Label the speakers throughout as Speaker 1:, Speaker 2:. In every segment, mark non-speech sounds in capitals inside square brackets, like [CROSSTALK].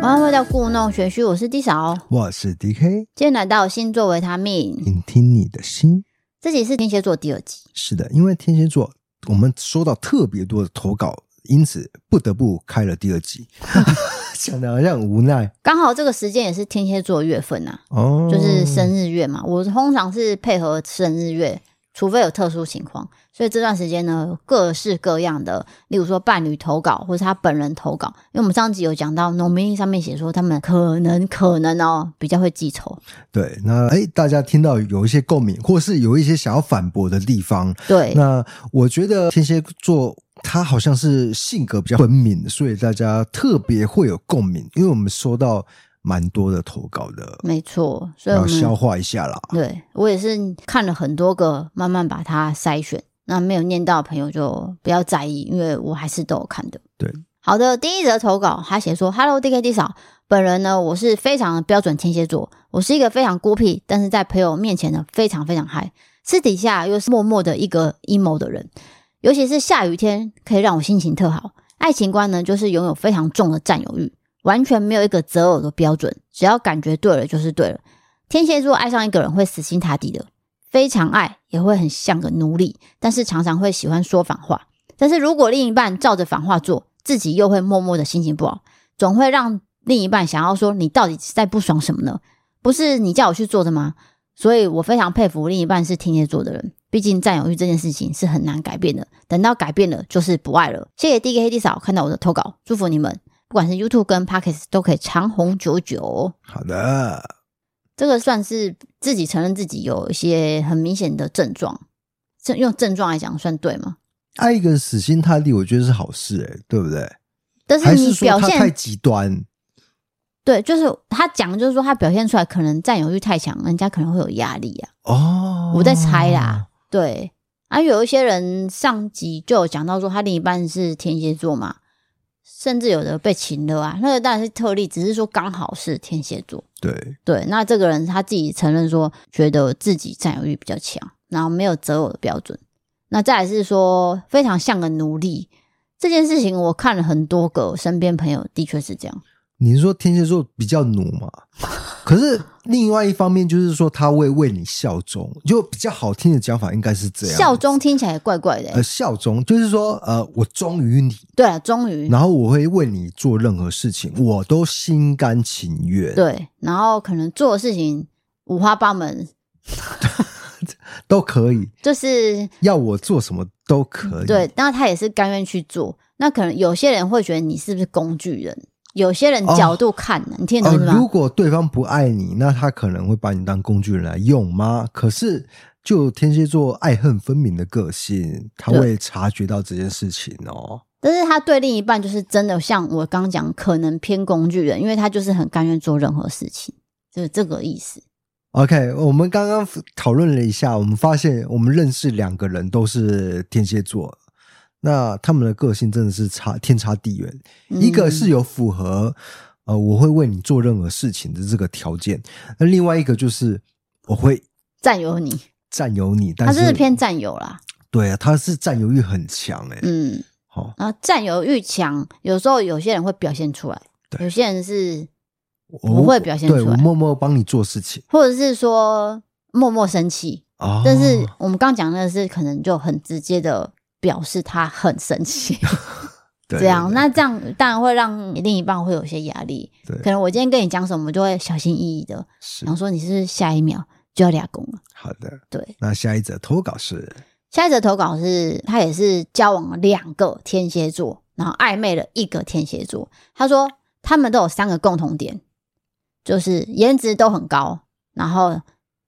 Speaker 1: 欢迎回到故弄玄虚，我是 D 嫂。
Speaker 2: 我是 DK，
Speaker 1: 今天来到星座维他命，
Speaker 2: 聆听你的心。
Speaker 1: 这集是天蝎座第二集。
Speaker 2: 是的，因为天蝎座，我们收到特别多的投稿，因此不得不开了第二集， [LAUGHS] 讲的好像很无奈
Speaker 1: 刚好这个时间也是天蝎座月份啊，
Speaker 2: 哦。
Speaker 1: 就是生日月嘛。我通常是配合生日月，除非有特殊情况。所以这段时间呢，各式各样的，例如说伴侣投稿，或是他本人投稿。因为我们上集有讲到农民历上面写说，他们可能可能哦比较会记仇，
Speaker 2: 对，那哎，大家听到有一些共鸣，或是有一些想要反驳的地方，
Speaker 1: 对，
Speaker 2: 那我觉得天蝎座他好像是性格比较文明，所以大家特别会有共鸣，因为我们收到蛮多的投稿的，
Speaker 1: 没错。所以我
Speaker 2: 要消
Speaker 1: 们
Speaker 2: 化一下啦。
Speaker 1: 对我也是看了很多个，慢慢把它筛选。那没有念到的朋友就不要在意，因为我还是都有看的。
Speaker 2: 对，
Speaker 1: 好的，第一则投稿，他写说：“Hello D K D 嫂，本人呢，我是非常标准天蝎座，我是一个非常孤僻，但是在朋友面前呢，非常非常嗨，私底下又是默默的一个阴谋的人。尤其是下雨天，可以让我心情特好。爱情观呢，就是拥有非常重的占有欲，完全没有一个择偶的标准，只要感觉对了就是对了。天蝎座爱上一个人会死心塌地的，非常爱，也会很像个奴隶，但是常常会喜欢说反话。但是如果另一半照着反话做，自己又会默默的心情不好，总会让另一半想要说你到底在不爽什么呢？不是你叫我去做的吗？所以我非常佩服另一半是天蝎座的人，毕竟占有欲这件事情是很难改变的，等到改变了就是不爱了。谢谢 D K D 嫂看到我的投稿，祝福你们，不管是 YouTube 跟 Pockets 都可以长红久久哦。
Speaker 2: 好的，
Speaker 1: 这个算是自己承认自己有一些很明显的症状，这用症状来讲算对吗？
Speaker 2: 爱一个人死心塌地，我觉得是好事、欸，对不对？
Speaker 1: 但
Speaker 2: 还
Speaker 1: 是
Speaker 2: 是
Speaker 1: 你
Speaker 2: 说
Speaker 1: 表
Speaker 2: 他
Speaker 1: 现
Speaker 2: 太极端？
Speaker 1: 对，就是他讲，就是说他表现出来可能占有欲太强，人家可能会有压力啊。
Speaker 2: 哦，
Speaker 1: 我在猜啦，对。啊，有一些人上集就有讲到说他另一半是天蝎座嘛，甚至有的被擒了啊，那个当然是特例，只是说刚好是天蝎座。
Speaker 2: 对，
Speaker 1: 对，那这个人他自己承认说，觉得自己占有欲比较强，然后没有择偶的标准。那再来是说，非常像个奴隶这件事情，我看了很多个身边朋友，的确是这样。
Speaker 2: 你是说天蝎座比较奴嘛？ [LAUGHS] 可是另外一方面就是说他会为你效忠，就比较好听的讲法应该是这样。
Speaker 1: 效忠听起来也怪怪的欸、
Speaker 2: 呃，效忠就是说呃，我忠于你，
Speaker 1: 对啊，终于
Speaker 2: 然后我会为你做任何事情，我都心甘情愿，
Speaker 1: 对，然后可能做的事情五花八门，
Speaker 2: 都可以，
Speaker 1: 就是
Speaker 2: 要我做什么都可以。
Speaker 1: 对，那他也是甘愿去做。那可能有些人会觉得你是不是工具人，有些人
Speaker 2: 哦
Speaker 1: 角度看呢、你听得
Speaker 2: 哦，
Speaker 1: 懂是吗？
Speaker 2: 如果对方不爱你，那他可能会把你当工具人来用吗？可是，就天蝎座爱恨分明的个性，他
Speaker 1: 对
Speaker 2: 会察觉到这件事情哦。
Speaker 1: 但是他对另一半就是真的像我刚讲，可能偏工具人，因为他就是很甘愿做任何事情，就是这个意思。
Speaker 2: OK，我们刚刚讨论了一下，我们发现我们认识两个人都是天蝎座，那他们的个性真的是差天差地远。
Speaker 1: 嗯
Speaker 2: 一个是有符合呃我会为你做任何事情的这个条件，那另外一个就是我会
Speaker 1: 占有你，
Speaker 2: 占有你，但
Speaker 1: 他
Speaker 2: 是
Speaker 1: 就是偏占有啦。
Speaker 2: 对啊，他是占有欲很强哎、
Speaker 1: 嗯，
Speaker 2: 好、
Speaker 1: 然后占有欲强，有时候有些人会表现出来，
Speaker 2: 对
Speaker 1: 有些人是
Speaker 2: 我
Speaker 1: 不会表现出来
Speaker 2: 对我默默帮你做事情
Speaker 1: 或者是说默默生气，
Speaker 2: 哦。
Speaker 1: 但是我们刚讲的是可能就很直接的表示他很生气。
Speaker 2: 对
Speaker 1: 这样，
Speaker 2: 对
Speaker 1: 那这样当然会让另一半会有些压力。
Speaker 2: 对
Speaker 1: 可能我今天跟你讲什么，就会小心翼翼的，
Speaker 2: 是
Speaker 1: 想说你是不是下一秒就要俩公了。
Speaker 2: 好的。
Speaker 1: 对，
Speaker 2: 那下一则投稿是
Speaker 1: 下一则投稿是他也是交往了两个天蝎座，然后暧昧了一个天蝎座。他说他们都有三个共同点，就是颜值都很高，然后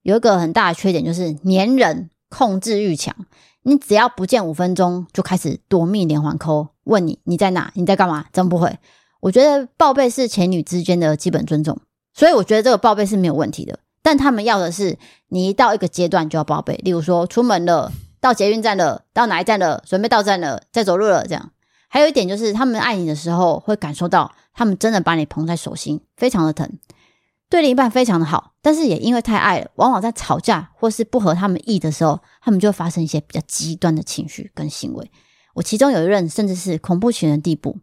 Speaker 1: 有一个很大的缺点就是粘人，控制欲强。你只要不见五分钟，就开始夺命连环扣，问你你在哪，你在干嘛，真不会。我觉得报备是情侣之间的基本尊重，所以我觉得这个报备是没有问题的。但他们要的是你一到一个阶段就要报备，例如说出门了，到捷运站了，到哪一站了，准备到站了，再走路了，这样。还有一点就是，他们爱你的时候会感受到，他们真的把你捧在手心，非常的疼。对另一半非常的好，但是也因为太爱了，往往在吵架或是不合他们意的时候，他们就会发生一些比较极端的情绪跟行为。我其中有一任甚至是恐怖情人的地步。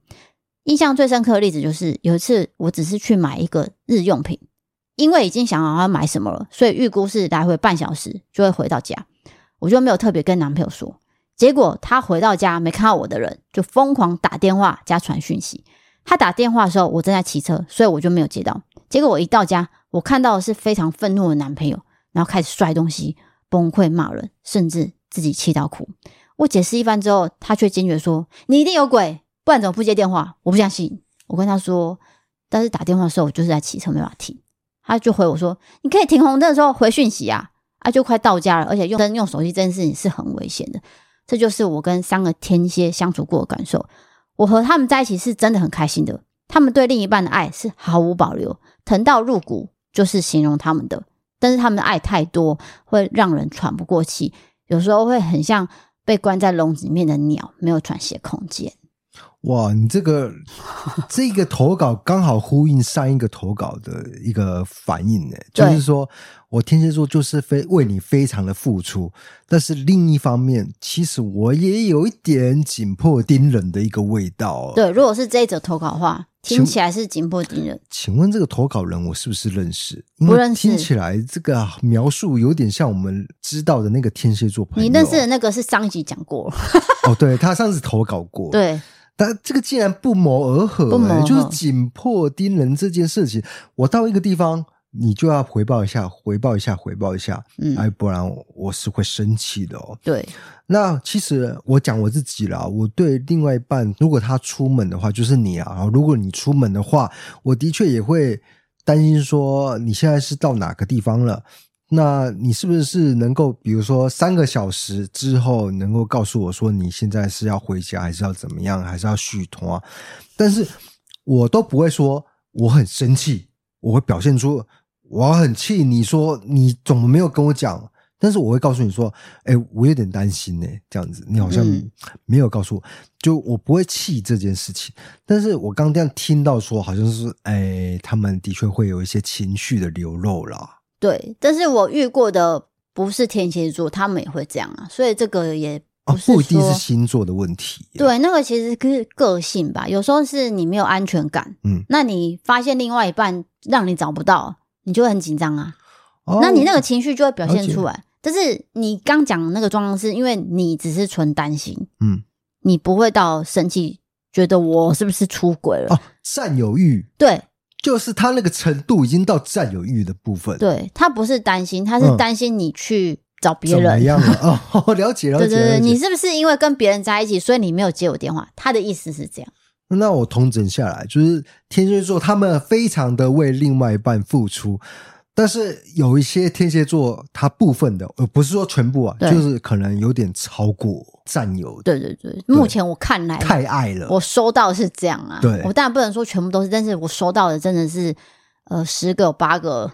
Speaker 1: 印象最深刻的例子就是有一次，我只是去买一个日用品，因为已经想好要买什么了，所以预估是来回半小时就会回到家，我就没有特别跟男朋友说。结果他回到家没看到我的人，就疯狂打电话加传讯息。他打电话的时候，我正在骑车，所以我就没有接到。结果我一到家，我看到的是非常愤怒的男朋友，然后开始摔东西、崩溃骂人，甚至自己气到哭。我解释一番之后，他却坚决说：“你一定有鬼，不然怎么不接电话？我不相信。”我跟他说：“但是打电话的时候，我就是在骑车，没办法听。”他就回我说：“你可以停红灯的时候回讯息啊！”啊，就快到家了，而且用灯用手机这件事情是很危险的。这就是我跟三个天蝎相处过的感受。我和他们在一起是真的很开心的，他们对另一半的爱是毫无保留，疼到入骨就是形容他们的。但是他们的爱太多，会让人喘不过气，有时候会很像被关在笼子里面的鸟，没有喘息的空间。
Speaker 2: 哇，你这 [LAUGHS] 个这个投稿刚好呼应上一个投稿的一个反应呢，就
Speaker 1: 对
Speaker 2: 是说我天蝎座就是非为你非常的付出，但是另一方面，其实我也有一点紧迫盯人的一个味道。，
Speaker 1: 对，如果是这一则投稿的话，
Speaker 2: 哦请
Speaker 1: 听起来是紧迫敌人。
Speaker 2: 请问这个投稿人我是不是认识？因
Speaker 1: 不
Speaker 2: 为
Speaker 1: 认识
Speaker 2: 听起来这个描述有点像我们知道的那个天蝎座朋
Speaker 1: 你
Speaker 2: 友。
Speaker 1: 认识的那个是上一集讲过，
Speaker 2: 哦？对他上次投稿过。。
Speaker 1: 对，
Speaker 2: 但这个竟然不谋而合、
Speaker 1: 不谋而
Speaker 2: 欸，
Speaker 1: 合
Speaker 2: 就是紧迫盯人这件事情。我到一个地方，你就要回报一下，回报一下，回报一下，哎，
Speaker 1: 嗯，
Speaker 2: 不然我是会生气的哦。
Speaker 1: 对，
Speaker 2: 那其实我讲我自己啦，我对另外一半，如果他出门的话，就是你啊。然后如果你出门的话，我的确也会担心说你现在是到哪个地方了。那你是不是能够，比如说三个小时之后，能够告诉我说你现在是要回家，还是要怎么样，还是要续通啊？但是我都不会说我很生气，我会表现出我很气。你说你怎么没有跟我讲？但是我会告诉你说，哎、我有点担心呢、这样子，你好像
Speaker 1: 嗯
Speaker 2: 没有告诉我，就我不会气这件事情。但是我刚这样听到说，好像是哎、他们的确会有一些情绪的流露啦。
Speaker 1: 对，但是我遇过的不是天蝎座，他们也会这样啊，所以这个也
Speaker 2: 啊
Speaker 1: 不，是
Speaker 2: 不一定
Speaker 1: 说
Speaker 2: 是啊星座的问题、，
Speaker 1: 对，那个其实是个性吧，有时候是你没有安全感，
Speaker 2: 嗯，
Speaker 1: 那你发现另外一半让你找不到，你就会很紧张啊，
Speaker 2: 哦、
Speaker 1: 那你那个情绪就会表现出
Speaker 2: 了
Speaker 1: 来。但是你刚讲的那个状况，是因为你只是纯担心，
Speaker 2: 嗯，
Speaker 1: 你不会到生气，觉得我是不是出轨了？
Speaker 2: 哦，占有欲
Speaker 1: 对
Speaker 2: 就是他那个程度已经到占有欲的部分，，
Speaker 1: 对，他不是担心，他
Speaker 2: 嗯
Speaker 1: 是担心你去找别
Speaker 2: 怎么
Speaker 1: 人。[LAUGHS]
Speaker 2: 样了？哦， [LAUGHS] 了解了解，
Speaker 1: 对对对，
Speaker 2: 了解
Speaker 1: 你是不是因为跟别人在一起，所以你没有接我电话？他的意思是这样，
Speaker 2: 那我统整下来，就是天蝎座他们非常的为另外一半付出，但是有一些天蝎座，他部分的，呃，不是说全部啊，
Speaker 1: 对
Speaker 2: 就是可能有点超过占有，
Speaker 1: 对对对。目前我看来，
Speaker 2: 太爱了。
Speaker 1: 我收到的是这样啊，
Speaker 2: 对
Speaker 1: 我当然不能说全部都是，但是我收到的真的是，呃，十个有八个，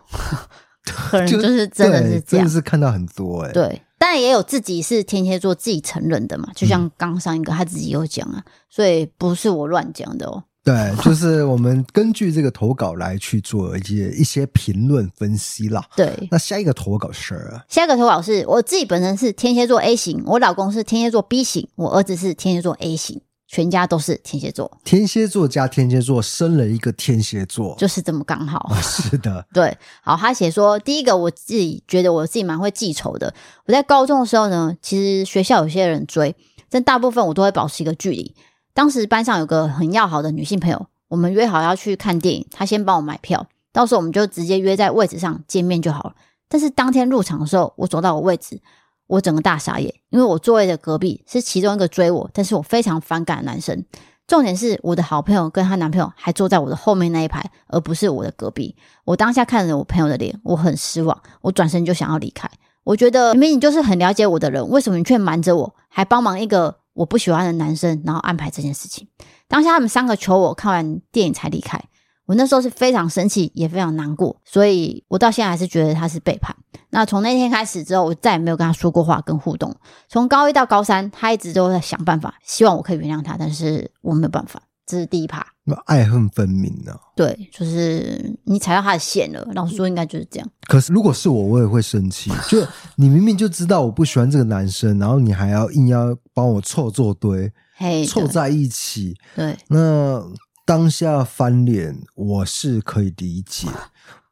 Speaker 1: 可
Speaker 2: [LAUGHS]
Speaker 1: 能就是真的
Speaker 2: 对
Speaker 1: 是这
Speaker 2: 真
Speaker 1: 样
Speaker 2: 的，是看到很多哎、欸，
Speaker 1: 对。当然也有自己是天蝎座自己承认的嘛，就像刚上一个他自己有讲啊，所以不是我乱讲的哦。
Speaker 2: 对，就是我们根据这个投稿来去做一些一些评论分析啦。
Speaker 1: 对，
Speaker 2: 那下一个投稿是啊
Speaker 1: 下一个投稿是我自己本身是天蝎座 A 型，我老公是天蝎座 B 型，我儿子是天蝎座 A 型，全家都是天蝎座，
Speaker 2: 天蝎座加天蝎座生了一个天蝎座，
Speaker 1: 就是这么刚好。
Speaker 2: 是的，
Speaker 1: 对，好，他写说，第一个我自己觉得我自己蛮会记仇的。我在高中的时候呢，其实学校有些人追，但大部分我都会保持一个距离。当时班上有个很要好的女性朋友，我们约好要去看电影，她先帮我买票，到时候我们就直接约在位置上见面就好了。但是当天入场的时候，我走到我位置，我整个大傻眼，因为我座位的隔壁是其中一个追我，但是我非常反感的男生。重点是我的好朋友跟她男朋友还坐在我的后面那一排，而不是我的隔壁。我当下看着我朋友的脸，我很失望，我转身就想要离开。我觉得明明你就是很了解我的人，为什么你却瞒着我，还帮忙一个我不喜欢的男生，然后安排这件事情？当下他们三个求我看完电影才离开。我那时候是非常生气，也非常难过，所以我到现在还是觉得他是背叛。那从那天开始之后，我再也没有跟他说过话跟互动。从高一到高三，他一直都在想办法，希望我可以原谅他，但是我没有办法。这是第一趴。
Speaker 2: 那爱恨分明啊呢、
Speaker 1: 对，就是你踩到他的线了。老实说，应该就是这样。
Speaker 2: 可是如果是我，我也会生气。就你明明就知道我不喜欢这个男生，然后你还要硬要帮我凑作堆，
Speaker 1: 嘿，
Speaker 2: 凑
Speaker 1: 对
Speaker 2: 在一起，
Speaker 1: 对，
Speaker 2: 那当下翻脸我是可以理解。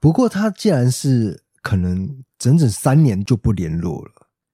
Speaker 2: 不过他既然是可能整整三年就不联络了，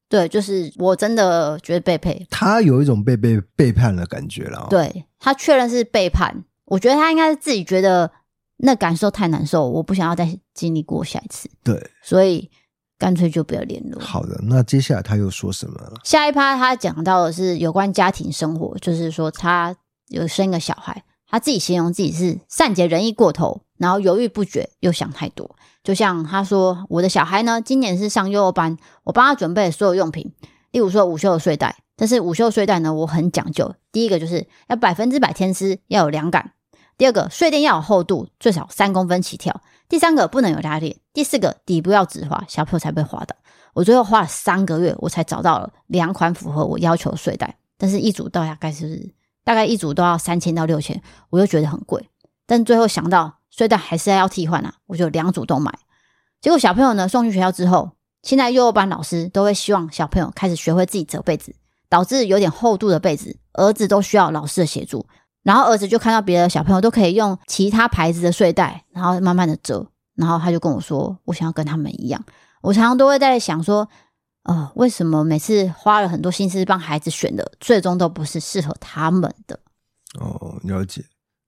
Speaker 1: 对，就是我真的觉得被配，
Speaker 2: 他有一种被被背叛的感觉了。，
Speaker 1: 对他确认是背叛。我觉得他应该是自己觉得那感受太难受，我不想要再经历过下一次，
Speaker 2: 对，
Speaker 1: 所以干脆就不要联络。
Speaker 2: 好的。那接下来他又说什么了？
Speaker 1: 下一趴他讲到的是有关家庭生活，就是说他有生一个小孩，他自己形容自己是善解人意过头，然后犹豫不决又想太多。就像他说，我的小孩呢，今年是上幼儿班，我帮他准备了所有用品，例如说午休的睡袋，但是午休的睡袋呢，我很讲究，第一个就是要百分之百天丝，要有凉感。第二个，睡垫要有厚度，最少三公分起跳。第三个，不能有拉链。第四个，底部要直滑，小朋友才不会滑倒。我最后花了三个月，我才找到了两款符合我要求的睡袋，但是一组大概是大概一组都要三千到六千，我就觉得很贵。但最后想到睡袋还是要替换啊，我就两组都买。结果小朋友呢送去学校之后，现在幼儿班老师都会希望小朋友开始学会自己折被子，导致有点厚度的被子，儿子都需要老师的协助。然后儿子就看到别的小朋友都可以用其他牌子的睡袋，然后慢慢的折，然后他就跟我说，我想要跟他们一样。我常常都会在想说，呃，为什么每次花了很多心思帮孩子选的，最终都不是适合他们的？
Speaker 2: 哦，了解，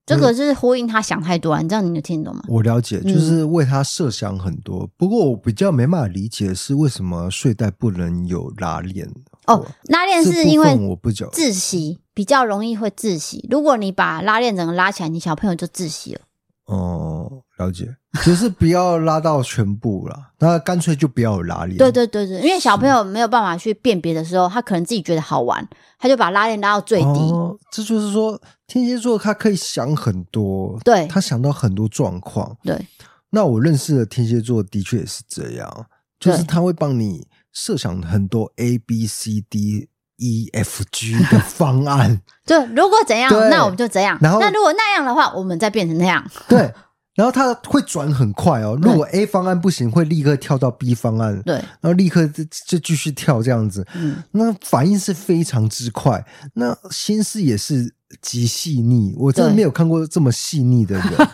Speaker 1: 这
Speaker 2: 嗯
Speaker 1: 个是呼应他想太多啊，你知道你有听懂吗？
Speaker 2: 我了解，
Speaker 1: 嗯
Speaker 2: 就是为他设想很多。不过我比较没办法理解是为什么睡袋不能有拉链
Speaker 1: 哦，拉链
Speaker 2: 这
Speaker 1: 是
Speaker 2: 部
Speaker 1: 因为
Speaker 2: 分我不讲
Speaker 1: 窒息比较容易会窒息，如果你把拉链整个拉起来，你小朋友就窒息了。
Speaker 2: 哦，了解，就是不要拉到全部啦，那干脆就不要有拉链。
Speaker 1: 对对对对，因为小朋友没有办法去辨别的时候，他可能自己觉得好玩，他就把拉链拉到最低。
Speaker 2: 哦，这就是说天蝎座他可以想很多，
Speaker 1: 对
Speaker 2: 他想到很多状况。
Speaker 1: 对
Speaker 2: 那我认识的天蝎座的确也是这样，就是
Speaker 1: 对
Speaker 2: 他会帮你设想很多 A B C D E F
Speaker 1: [LAUGHS]
Speaker 2: G 的方案，
Speaker 1: 对，如果怎样
Speaker 2: 对，
Speaker 1: 那我们就怎样。
Speaker 2: 然后
Speaker 1: 那如果那样的话，我们再变成那样。
Speaker 2: 对。然后他会转很快哦，如果 A 方案不行，会立刻跳到 B 方案，
Speaker 1: 对，
Speaker 2: 然后立刻就就继续跳这样子。
Speaker 1: 嗯，
Speaker 2: 那反应是非常之快，那心思也是极细腻。我真的
Speaker 1: 对
Speaker 2: 没有看过这么细腻的人。
Speaker 1: [LAUGHS]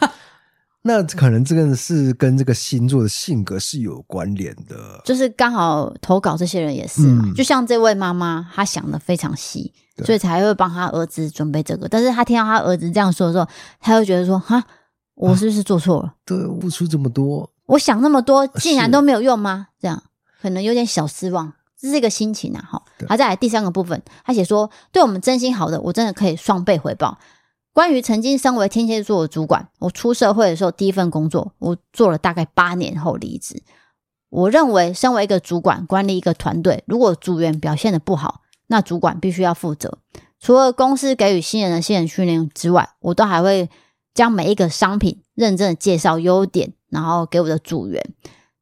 Speaker 2: 那可能这个是跟这个星座的性格是有关联的。
Speaker 1: 就是刚好投稿这些人也是嘛，
Speaker 2: 嗯
Speaker 1: 就像这位妈妈，她想的非常细，
Speaker 2: 对
Speaker 1: 所以才会帮她儿子准备这个。但是她听到她儿子这样说的时候，她会觉得说：“哈，我
Speaker 2: 啊
Speaker 1: 是不是做错了？
Speaker 2: 对，悟出这么多，
Speaker 1: 我想那么多，竟然
Speaker 2: 啊是
Speaker 1: 都没有用吗？”这样可能有点小失望，这是一个心情啊。哈
Speaker 2: 对，
Speaker 1: 好，再来第三个部分，她写说：“对我们真心好的，我真的可以双倍回报。”关于曾经身为天蝎座的主管，我出社会的时候第一份工作，我做了大概八年后离职。我认为，身为一个主管，管理一个团队，如果组员表现的不好，那主管必须要负责。除了公司给予新人的新人训练之外，我都还会将每一个商品认真的介绍优点，然后给我的组员，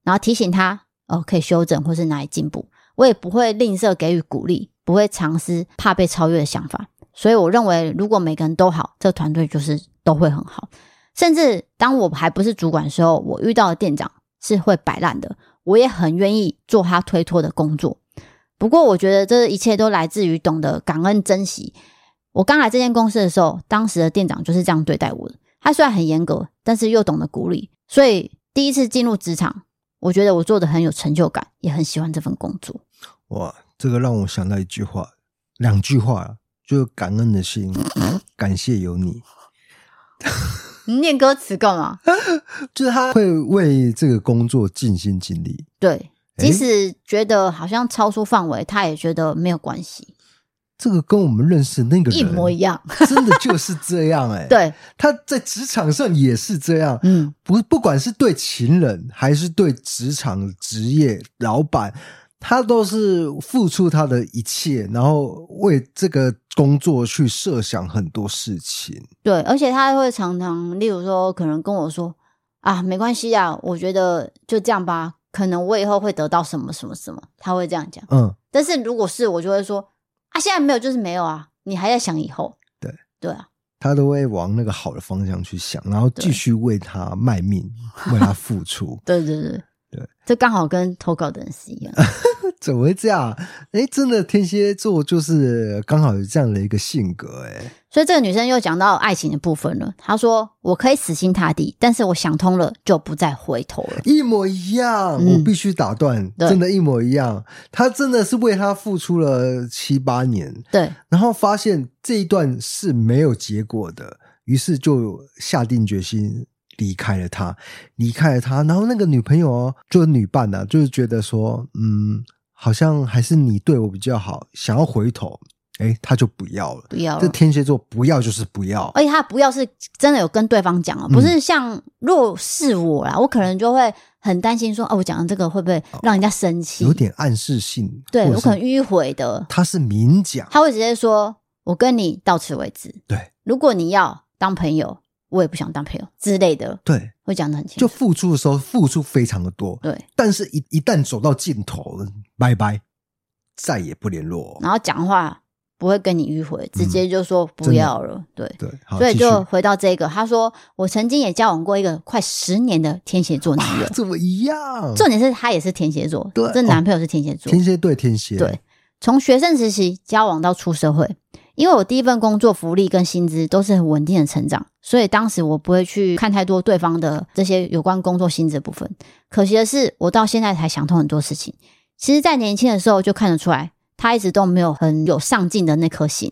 Speaker 1: 然后提醒他哦可以修正或是哪里进步。我也不会吝啬给予鼓励，不会尝试怕被超越的想法。所以我认为，如果每个人都好，这个团队就是都会很好。甚至当我还不是主管的时候，我遇到的店长是会摆烂的，我也很愿意做他推脱的工作。不过，我觉得这一切都来自于懂得感恩珍惜。我刚来这间公司的时候，当时的店长就是这样对待我的。他虽然很严格，但是又懂得鼓励，所以第一次进入职场，我觉得我做的很有成就感，也很喜欢这份工作。
Speaker 2: 哇，这个让我想到一句话，两句话，就感恩的心，感谢有你。
Speaker 1: 你念歌词干嘛？
Speaker 2: 就是他会为这个工作尽心尽力。
Speaker 1: [LAUGHS] 对，
Speaker 2: 诶
Speaker 1: 即使觉得好像超出范围，他也觉得没有关系，
Speaker 2: 这个跟我们认识那个人
Speaker 1: 一模一样。
Speaker 2: 真的就是这样
Speaker 1: [LAUGHS]
Speaker 2: 哎、，
Speaker 1: 对，
Speaker 2: 他在职场上也是这样，
Speaker 1: 嗯，
Speaker 2: 不不管是对情人还是对职场职业老板，他都是付出他的一切，然后为这个工作去设想很多事情。
Speaker 1: 对，而且他会常常，例如说，可能跟我说啊，没关系啊，我觉得就这样吧，可能我以后会得到什么什么什么，他会这样讲。
Speaker 2: 嗯，
Speaker 1: 但是如果是我，就会说啊，现在没有就是没有啊，你还在想以后。
Speaker 2: 对
Speaker 1: 对啊，。
Speaker 2: 他都会往那个好的方向去想，然后继续为他卖命，为他付出
Speaker 1: 对对对
Speaker 2: 对，
Speaker 1: 这刚好跟投稿的 [LAUGHS] 人是一样。
Speaker 2: 怎么会这样？哎，真的天蝎座就是刚好有这样的一个性格，哎，
Speaker 1: 所以这个女生又讲到爱情的部分了。她说：“我可以死心塌地，但是我想通了就不再回头了。
Speaker 2: 一模一样，
Speaker 1: 嗯
Speaker 2: 我必须打断，
Speaker 1: 对
Speaker 2: 真的，一模一样。他真的是为他付出了七八年，”
Speaker 1: 对，
Speaker 2: 然后发现这一段是没有结果的，于是就下定决心离开了他，离开了他。然后那个女朋友哦，就是女伴呢、就是觉得说，嗯，好像还是你对我比较好，想要回头，哎，他就不要了。
Speaker 1: 不要
Speaker 2: 这
Speaker 1: 了。
Speaker 2: 天蝎座不要就是不要，
Speaker 1: 哦而且她不要是真的有跟对方讲了，不
Speaker 2: 嗯
Speaker 1: 是像若是我啦，我可能就会很担心说：“哦，我讲的这个会不会让人家生气
Speaker 2: 有？”点暗示性，
Speaker 1: 对
Speaker 2: 或者
Speaker 1: 我
Speaker 2: 是
Speaker 1: 可能迂回的，
Speaker 2: 他是明讲，
Speaker 1: 她会直接说：“我跟你到此为止。”
Speaker 2: 对，
Speaker 1: 如果你要当朋友，我也不想当朋友之类的，
Speaker 2: 对，
Speaker 1: 会讲的很清
Speaker 2: 就
Speaker 1: 楚。
Speaker 2: 付出的时候付出非常的多，
Speaker 1: 对，
Speaker 2: 但是一一旦走到尽头，拜拜，再也不联络。
Speaker 1: 然后讲话不会跟你迂回，直接就说不要了。对。
Speaker 2: 对，嗯好，
Speaker 1: 所以
Speaker 2: 继续
Speaker 1: 就回到这个，他说我曾经也交往过一个快十年的天蝎座男友
Speaker 2: 啊，怎么一样？
Speaker 1: 重点是他也是天蝎座，
Speaker 2: 对哦
Speaker 1: 这男朋友是天蝎座。
Speaker 2: 天蝎对天蝎，
Speaker 1: 对，从学生时期交往到出社会，因为我第一份工作福利跟薪资都是很稳定的成长，所以当时我不会去看太多对方的这些有关工作薪资的部分。可惜的是，我到现在才想通很多事情。其实，在年轻的时候就看得出来，他一直都没有很有上进的那颗心。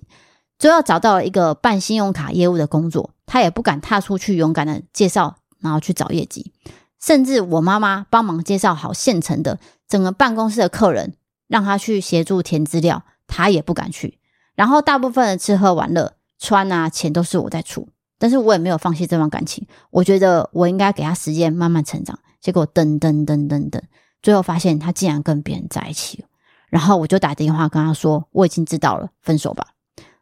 Speaker 1: 最后找到了一个办信用卡业务的工作，他也不敢踏出去，勇敢的介绍，然后去找业绩。甚至我妈妈帮忙介绍好现成的整个办公室的客人，让他去协助填资料，他也不敢去。然后大部分的吃喝玩乐、穿啊、钱都是我在出，但是我也没有放弃这段感情。我觉得我应该给他时间慢慢成长。结果等等等等等，最后发现他竟然跟别人在一起了。然后我就打电话跟他说：“我已经知道了，分手吧。”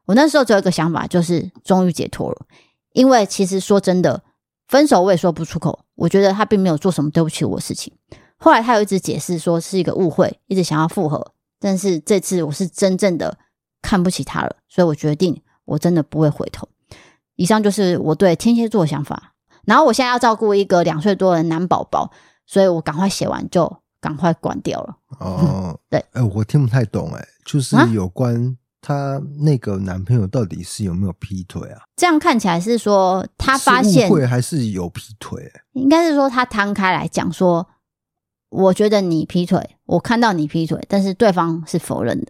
Speaker 1: 我那时候只有一个想法，就是终于解脱了。因为其实说真的，分手我也说不出口，我觉得他并没有做什么对不起我的事情。后来他有一直解释说是一个误会，一直想要复合，但是这次我是真正的看不起他了，所以我决定我真的不会回头。以上就是我对天蝎座的想法。然后我现在要照顾一个两岁多的男宝宝，所以我赶快写完就赶快关掉了。
Speaker 2: 哦，
Speaker 1: 对，
Speaker 2: 哎，我听不太懂，哎，就是
Speaker 1: 啊
Speaker 2: 有关她那个男朋友到底是有没有劈腿啊？
Speaker 1: 这样看起来是说他
Speaker 2: 是
Speaker 1: 发现
Speaker 2: 误会啊还是有劈腿？哎
Speaker 1: 应该是说他摊开来讲说，我觉得你劈腿，我看到你劈腿，但是对方是否认的，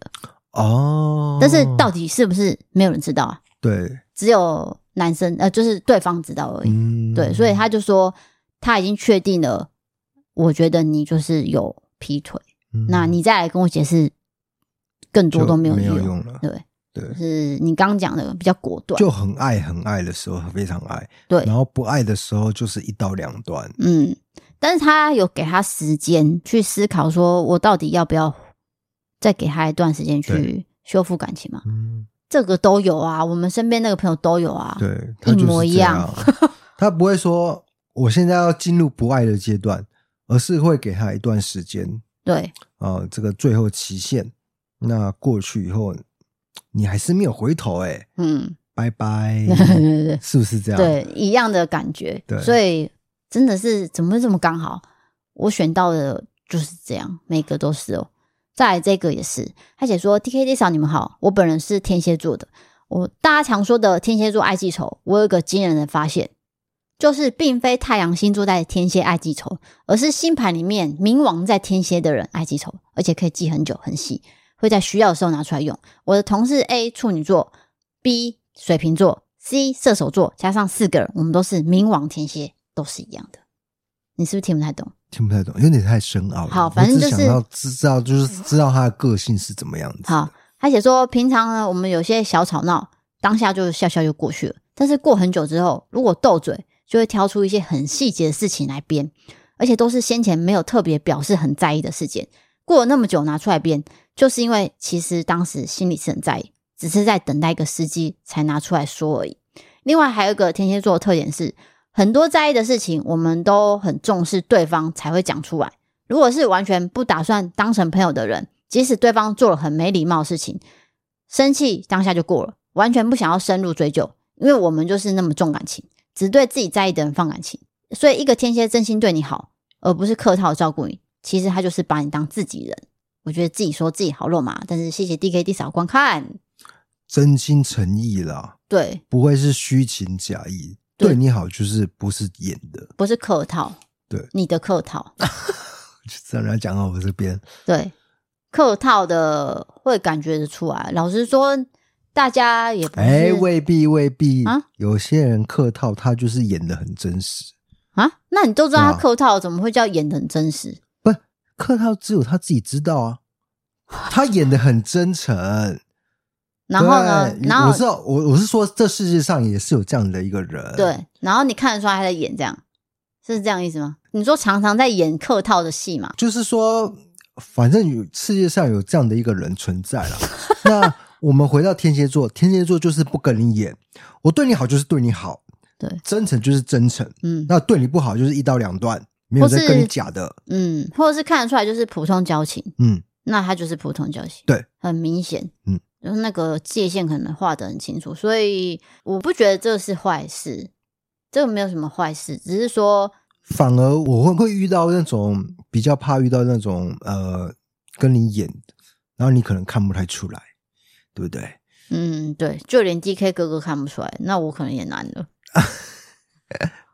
Speaker 2: 哦，
Speaker 1: 但是到底是不是没有人知道啊？
Speaker 2: 对，
Speaker 1: 只有男生呃，就是对方知道而已。
Speaker 2: 嗯，
Speaker 1: 对，所以他就说他已经确定了，我觉得你就是有劈腿，
Speaker 2: 嗯
Speaker 1: 那你再来跟我解释更多
Speaker 2: 就
Speaker 1: 都没有
Speaker 2: 没有
Speaker 1: 用。
Speaker 2: 用了，
Speaker 1: 对，
Speaker 2: 对
Speaker 1: 就。是你刚刚讲的比较果断。
Speaker 2: 就很爱很爱的时候非常爱，
Speaker 1: 对
Speaker 2: 然后不爱的时候就是一刀两断，
Speaker 1: 嗯，但是他有给他时间去思考，说我到底要不要再给他一段时间去
Speaker 2: 对
Speaker 1: 修复感情嘛？
Speaker 2: 嗯，
Speaker 1: 这个都有啊，我们身边那个朋友都有啊。
Speaker 2: 对，他就是
Speaker 1: 一模一
Speaker 2: 这
Speaker 1: 样
Speaker 2: 样， [LAUGHS] 他不会说我现在要进入不爱的阶段，而是会给他一段时间，
Speaker 1: 对
Speaker 2: 啊，这个最后期限，那过去以后，你还是没有回头、哎，
Speaker 1: 嗯，
Speaker 2: 拜
Speaker 1: [LAUGHS]
Speaker 2: 拜
Speaker 1: 对，对对
Speaker 2: 是不是这样？
Speaker 1: 对，一样的感觉。
Speaker 2: 对
Speaker 1: 所以真的是怎么会这么刚好？我选到的就是这样，每个都是哦。再来这个也是，他写说：“D K D 嫂，你们好，我本人是天蝎座的。我大家常说的天蝎座爱记仇，我有一个惊人的发现，就是并非太阳星座在天蝎爱记仇，而是星盘里面冥王在天蝎的人爱记仇，而且可以记很久很细，会在需要的时候拿出来用。我的同事 A 处女座，B 水瓶座，C 射手座，加上四个人，我们都是冥王天蝎，都是一样的。你是不是听不太懂？
Speaker 2: 听不太懂，有点太深奥了。
Speaker 1: 好
Speaker 2: 我
Speaker 1: 反正
Speaker 2: 只
Speaker 1: 就是
Speaker 2: 想要知知道，就是知道他的个性是怎么样子。
Speaker 1: 好，他写说，平常呢，我们有些小吵闹，当下就笑笑就过去了。但是过很久之后，如果斗嘴，就会挑出一些很细节的事情来编，而且都是先前没有特别表示很在意的事件。过了那么久拿出来编，就是因为其实当时心里是很在意，只是在等待一个时机才拿出来说而已。另外还有一个天蝎座的特点是，很多在意的事情，我们都很重视对方才会讲出来。如果是完全不打算当成朋友的人，即使对方做了很没礼貌的事情，生气当下就过了，完全不想要深入追究，因为我们就是那么重感情，只对自己在意的人放感情。所以，一个天蝎真心对你好，而不是客套照顾你，其实他就是把你当自己人。我觉得自己说自己好肉麻，但是谢谢 D K D 嫂观看。
Speaker 2: 真心诚意啦，
Speaker 1: 对，
Speaker 2: 不会是虚情假意。
Speaker 1: 对
Speaker 2: 对你好就是不是演的， [LAUGHS]
Speaker 1: 不是客套，
Speaker 2: 对
Speaker 1: 你的客套，
Speaker 2: 就是让人家讲到我这边。
Speaker 1: 对，客套的会感觉得出来。老实说，大家也不是、
Speaker 2: 哎，未必未必
Speaker 1: 啊
Speaker 2: 有些人客套，他就是演的很真实。
Speaker 1: 啊，那你都知道他
Speaker 2: 对啊
Speaker 1: 客套，怎么会叫演的很真实？
Speaker 2: 客套只有他自己知道啊，他演的很真诚。
Speaker 1: 然后呢，
Speaker 2: 对
Speaker 1: 然
Speaker 2: 我知
Speaker 1: 后
Speaker 2: 道，我我是说，这世界上也是有这样的一个人。，
Speaker 1: 对，然后你看得出来他在演，这样是这样意思吗？你说常常在演客套的戏嘛？
Speaker 2: 就是说，反正有世界上有这样的一个人存在了。那我们回到天蝎座，天蝎座就是不跟你演，我对你好就是对你好，
Speaker 1: 对，
Speaker 2: 真诚就是真诚，
Speaker 1: 嗯
Speaker 2: 那对你不好就是一刀两断，没有
Speaker 1: 或
Speaker 2: 在
Speaker 1: 是
Speaker 2: 跟你假的。
Speaker 1: 嗯，或者是看得出来就是普通交情，
Speaker 2: 嗯，
Speaker 1: 那他就是普通交情，
Speaker 2: 对，
Speaker 1: 很明显，
Speaker 2: 嗯，
Speaker 1: 就是那个界限可能画得很清楚，所以我不觉得这是坏事，这个没有什么坏事，只是说
Speaker 2: 反而我会会遇到那种比较怕遇到那种呃跟你演，然后你可能看不太出来，对不对？
Speaker 1: 嗯，对，就连 D K 哥哥看不出来，那我可能也难了。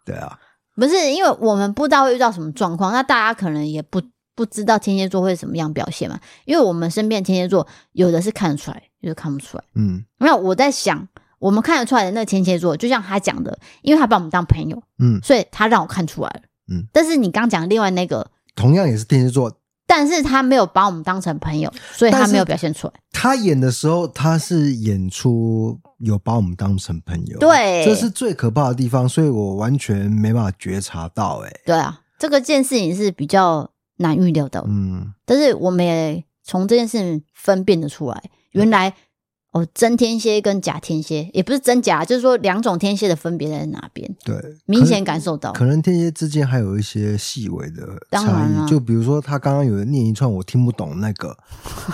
Speaker 2: 对啊，
Speaker 1: 不是因为我们不知道会遇到什么状况，那大家可能也不不知道天蝎座会什么样表现嘛。因为我们身边的天蝎座有的是看得出来，有的看不出来。
Speaker 2: 嗯
Speaker 1: 那我在想，我们看得出来的那个天蝎座，就像他讲的，因为他把我们当朋友，
Speaker 2: 嗯，
Speaker 1: 所以他让我看出来了。
Speaker 2: 嗯，
Speaker 1: 但是你刚讲另外那个，
Speaker 2: 同样也是天蝎座，
Speaker 1: 但是他没有把我们当成朋友，所以他
Speaker 2: 但是
Speaker 1: 没有表现出来。
Speaker 2: 他演的时候，他是演出有把我们当成朋友，
Speaker 1: 对
Speaker 2: 哦这是最可怕的地方，所以我完全没办法觉察到、欸，哎，
Speaker 1: 对啊，这个件事情是比较难预料的。
Speaker 2: 嗯，
Speaker 1: 但是我们也从这件事情分辨得出来，
Speaker 2: 嗯
Speaker 1: 原来哦，真天蝎跟假天蝎也不是真假，就是说两种天蝎的分别在哪边，
Speaker 2: 对，
Speaker 1: 明显感受到
Speaker 2: 可。能天蝎之间还有一些细微的
Speaker 1: 当
Speaker 2: 差
Speaker 1: 然啊
Speaker 2: 异，就比如说他刚刚有念一串我听不懂那
Speaker 1: [LAUGHS]
Speaker 2: 个，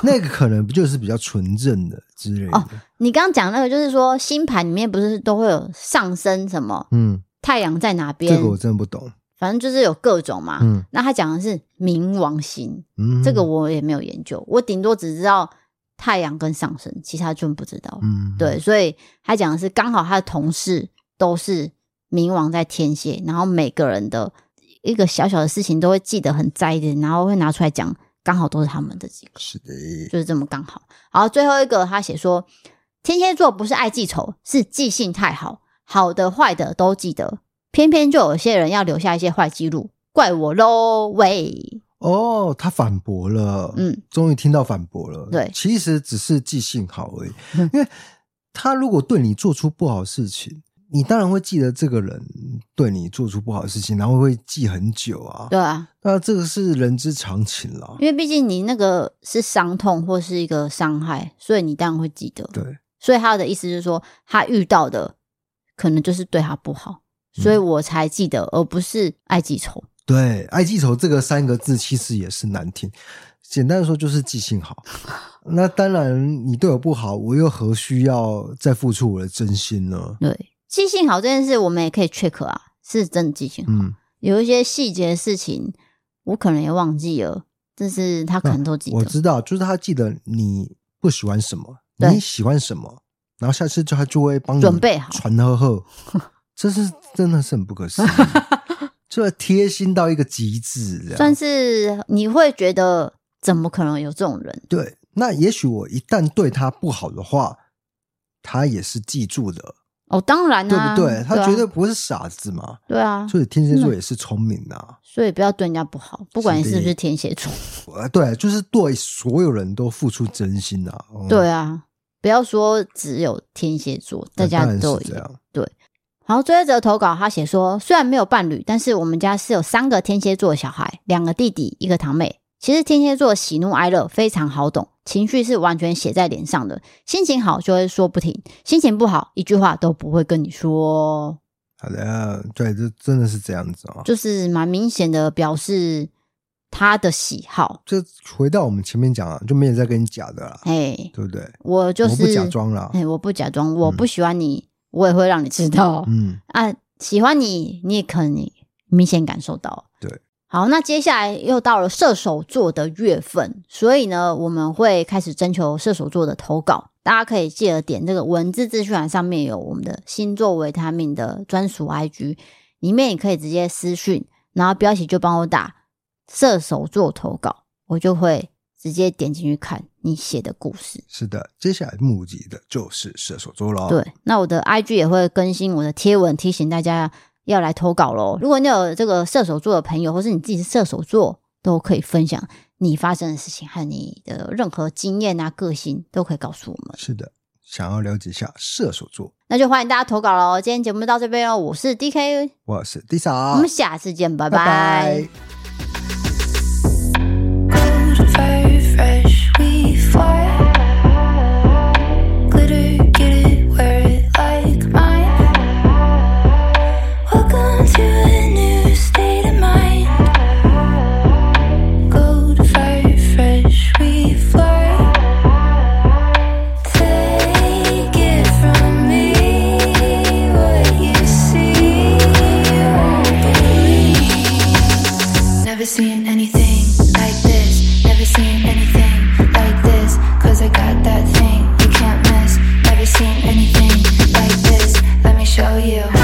Speaker 2: 那个可能不就是比较纯正的之类的，
Speaker 1: 哦你刚刚讲那个，就是说星盘里面不是都会有上升什么
Speaker 2: 嗯，
Speaker 1: 太阳在哪
Speaker 2: 这
Speaker 1: 边，
Speaker 2: 个我真的不懂，
Speaker 1: 反正就是有各种嘛。
Speaker 2: 嗯
Speaker 1: 那他讲的是冥王星，
Speaker 2: 嗯，
Speaker 1: 这个我也没有研究，我顶多只知道太阳跟上升，其他就不知道。
Speaker 2: 嗯，
Speaker 1: 对，所以他讲的是刚好他的同事都是冥王在天蝎，然后每个人的一个小小的事情都会记得很在意的，然后会拿出来讲，刚好都是他们的几个，
Speaker 2: 是的，
Speaker 1: 就是这么刚好。好，最后一个他写说，天蝎座不是爱记仇，是记性太好，好的坏的都记得，偏偏就有些人要留下一些坏记录，怪我喽喂。
Speaker 2: 哦，他反驳了，
Speaker 1: 嗯，
Speaker 2: 终于听到反驳了。
Speaker 1: 对
Speaker 2: 其实只是记性好而已
Speaker 1: 嗯，
Speaker 2: 因为他如果对你做出不好的事情，你当然会记得这个人对你做出不好的事情，然后会记很久啊。
Speaker 1: 对啊，
Speaker 2: 那这个是人之常情啦。
Speaker 1: 因为毕竟你那个是伤痛或是一个伤害，所以你当然会记得。
Speaker 2: 对，
Speaker 1: 所以他的意思是说，他遇到的可能就是对他不好，所以
Speaker 2: 嗯
Speaker 1: 我才记得，而不是爱记仇。
Speaker 2: 对，爱记仇这个三个字其实也是难听。简单的说就是记
Speaker 1: [LAUGHS]
Speaker 2: 性好。那当然，你对我不好，我又何须要再付出我的真心呢？
Speaker 1: 对，记性好这件事，我们也可以 check 啊，是真的记性好。
Speaker 2: 嗯，
Speaker 1: 有一些细节的事情，我可能也忘记了，但是他可能都记得。
Speaker 2: 啊我知道，就是他记得你不喜欢什么，
Speaker 1: 对
Speaker 2: 你喜欢什么，然后下次就他就会帮你
Speaker 1: 准备好
Speaker 2: 传呵呵，
Speaker 1: [LAUGHS]
Speaker 2: 这是真的是很不可思议，这贴心到一个极致这样，
Speaker 1: 算是你会觉得，怎么可能有这种人？
Speaker 2: 对。那也许我一旦对他不好的话，他也是记住的，
Speaker 1: 哦，当然
Speaker 2: 对
Speaker 1: 啊，
Speaker 2: 不对？他绝对
Speaker 1: 啊
Speaker 2: 不是傻子嘛，
Speaker 1: 对啊，
Speaker 2: 所以天蝎座也是聪明的、啊，
Speaker 1: 所以不要对人家不好，不管你
Speaker 2: 是
Speaker 1: 是
Speaker 2: 的
Speaker 1: 不是天蝎座。
Speaker 2: 呃对，就是对所有人都付出真心啊，嗯
Speaker 1: 对，啊，不要说只有天蝎座，大
Speaker 2: 那
Speaker 1: 家
Speaker 2: 当然
Speaker 1: 都
Speaker 2: 是
Speaker 1: 一
Speaker 2: 这
Speaker 1: 样。
Speaker 2: 样，
Speaker 1: 然后最后一则投稿，他写说，虽然没有伴侣，但是我们家是有三个天蝎座的小孩，两个弟弟，一个堂妹。其实天蝎座的喜怒哀乐非常好懂，情绪是完全写在脸上的，心情好就会说不停，心情不好一句话都不会跟你说，
Speaker 2: 好的，对，这真的是这样子啊。
Speaker 1: 就是蛮明显的表示他的喜好。
Speaker 2: 这回到我们前面讲啊，就没有在跟你假的啦，
Speaker 1: 哎，
Speaker 2: 对不对？
Speaker 1: 我就是嗯
Speaker 2: 我不假装啦，啊
Speaker 1: 哎，我不假装，我不喜欢你，我也会让你知道。
Speaker 2: 嗯，
Speaker 1: 啊，喜欢你，你也可能明显感受到。
Speaker 2: 对，
Speaker 1: 好，那接下来又到了射手座的月份，所以呢，我们会开始征求射手座的投稿。大家可以记得点这个文字资讯栏上面有我们的星座维他命的专属 IG，里面也可以直接私讯，然后标题就帮我打射手座投稿，我就会直接点进去看你写的故事。
Speaker 2: 是的。接下来募集的就是射手座喽。，
Speaker 1: 对，那我的 IG 也会更新我的贴文，提醒大家要来投稿喽。如果你有这个射手座的朋友，或是你自己是射手座，都可以分享你发生的事情和你的任何经验啊、个性，都可以告诉我们。
Speaker 2: 是的。想要了解一下射手座，
Speaker 1: 那就欢迎大家投稿喽。今天节目到这边哦，我是 DK，
Speaker 2: 我是 d i s
Speaker 1: 我们下次见，拜
Speaker 2: 拜拜。
Speaker 3: Gold fire fresh, we fly. Glitter, get it, wear it like mine. Welcome to a new state of mind. Gold fire fresh, we fly. Take it from me, what you see won't believe. Never seen anything like this. Never seen anything like this. Cause I got that thing you can't miss. Never seen anything like this. Let me show you.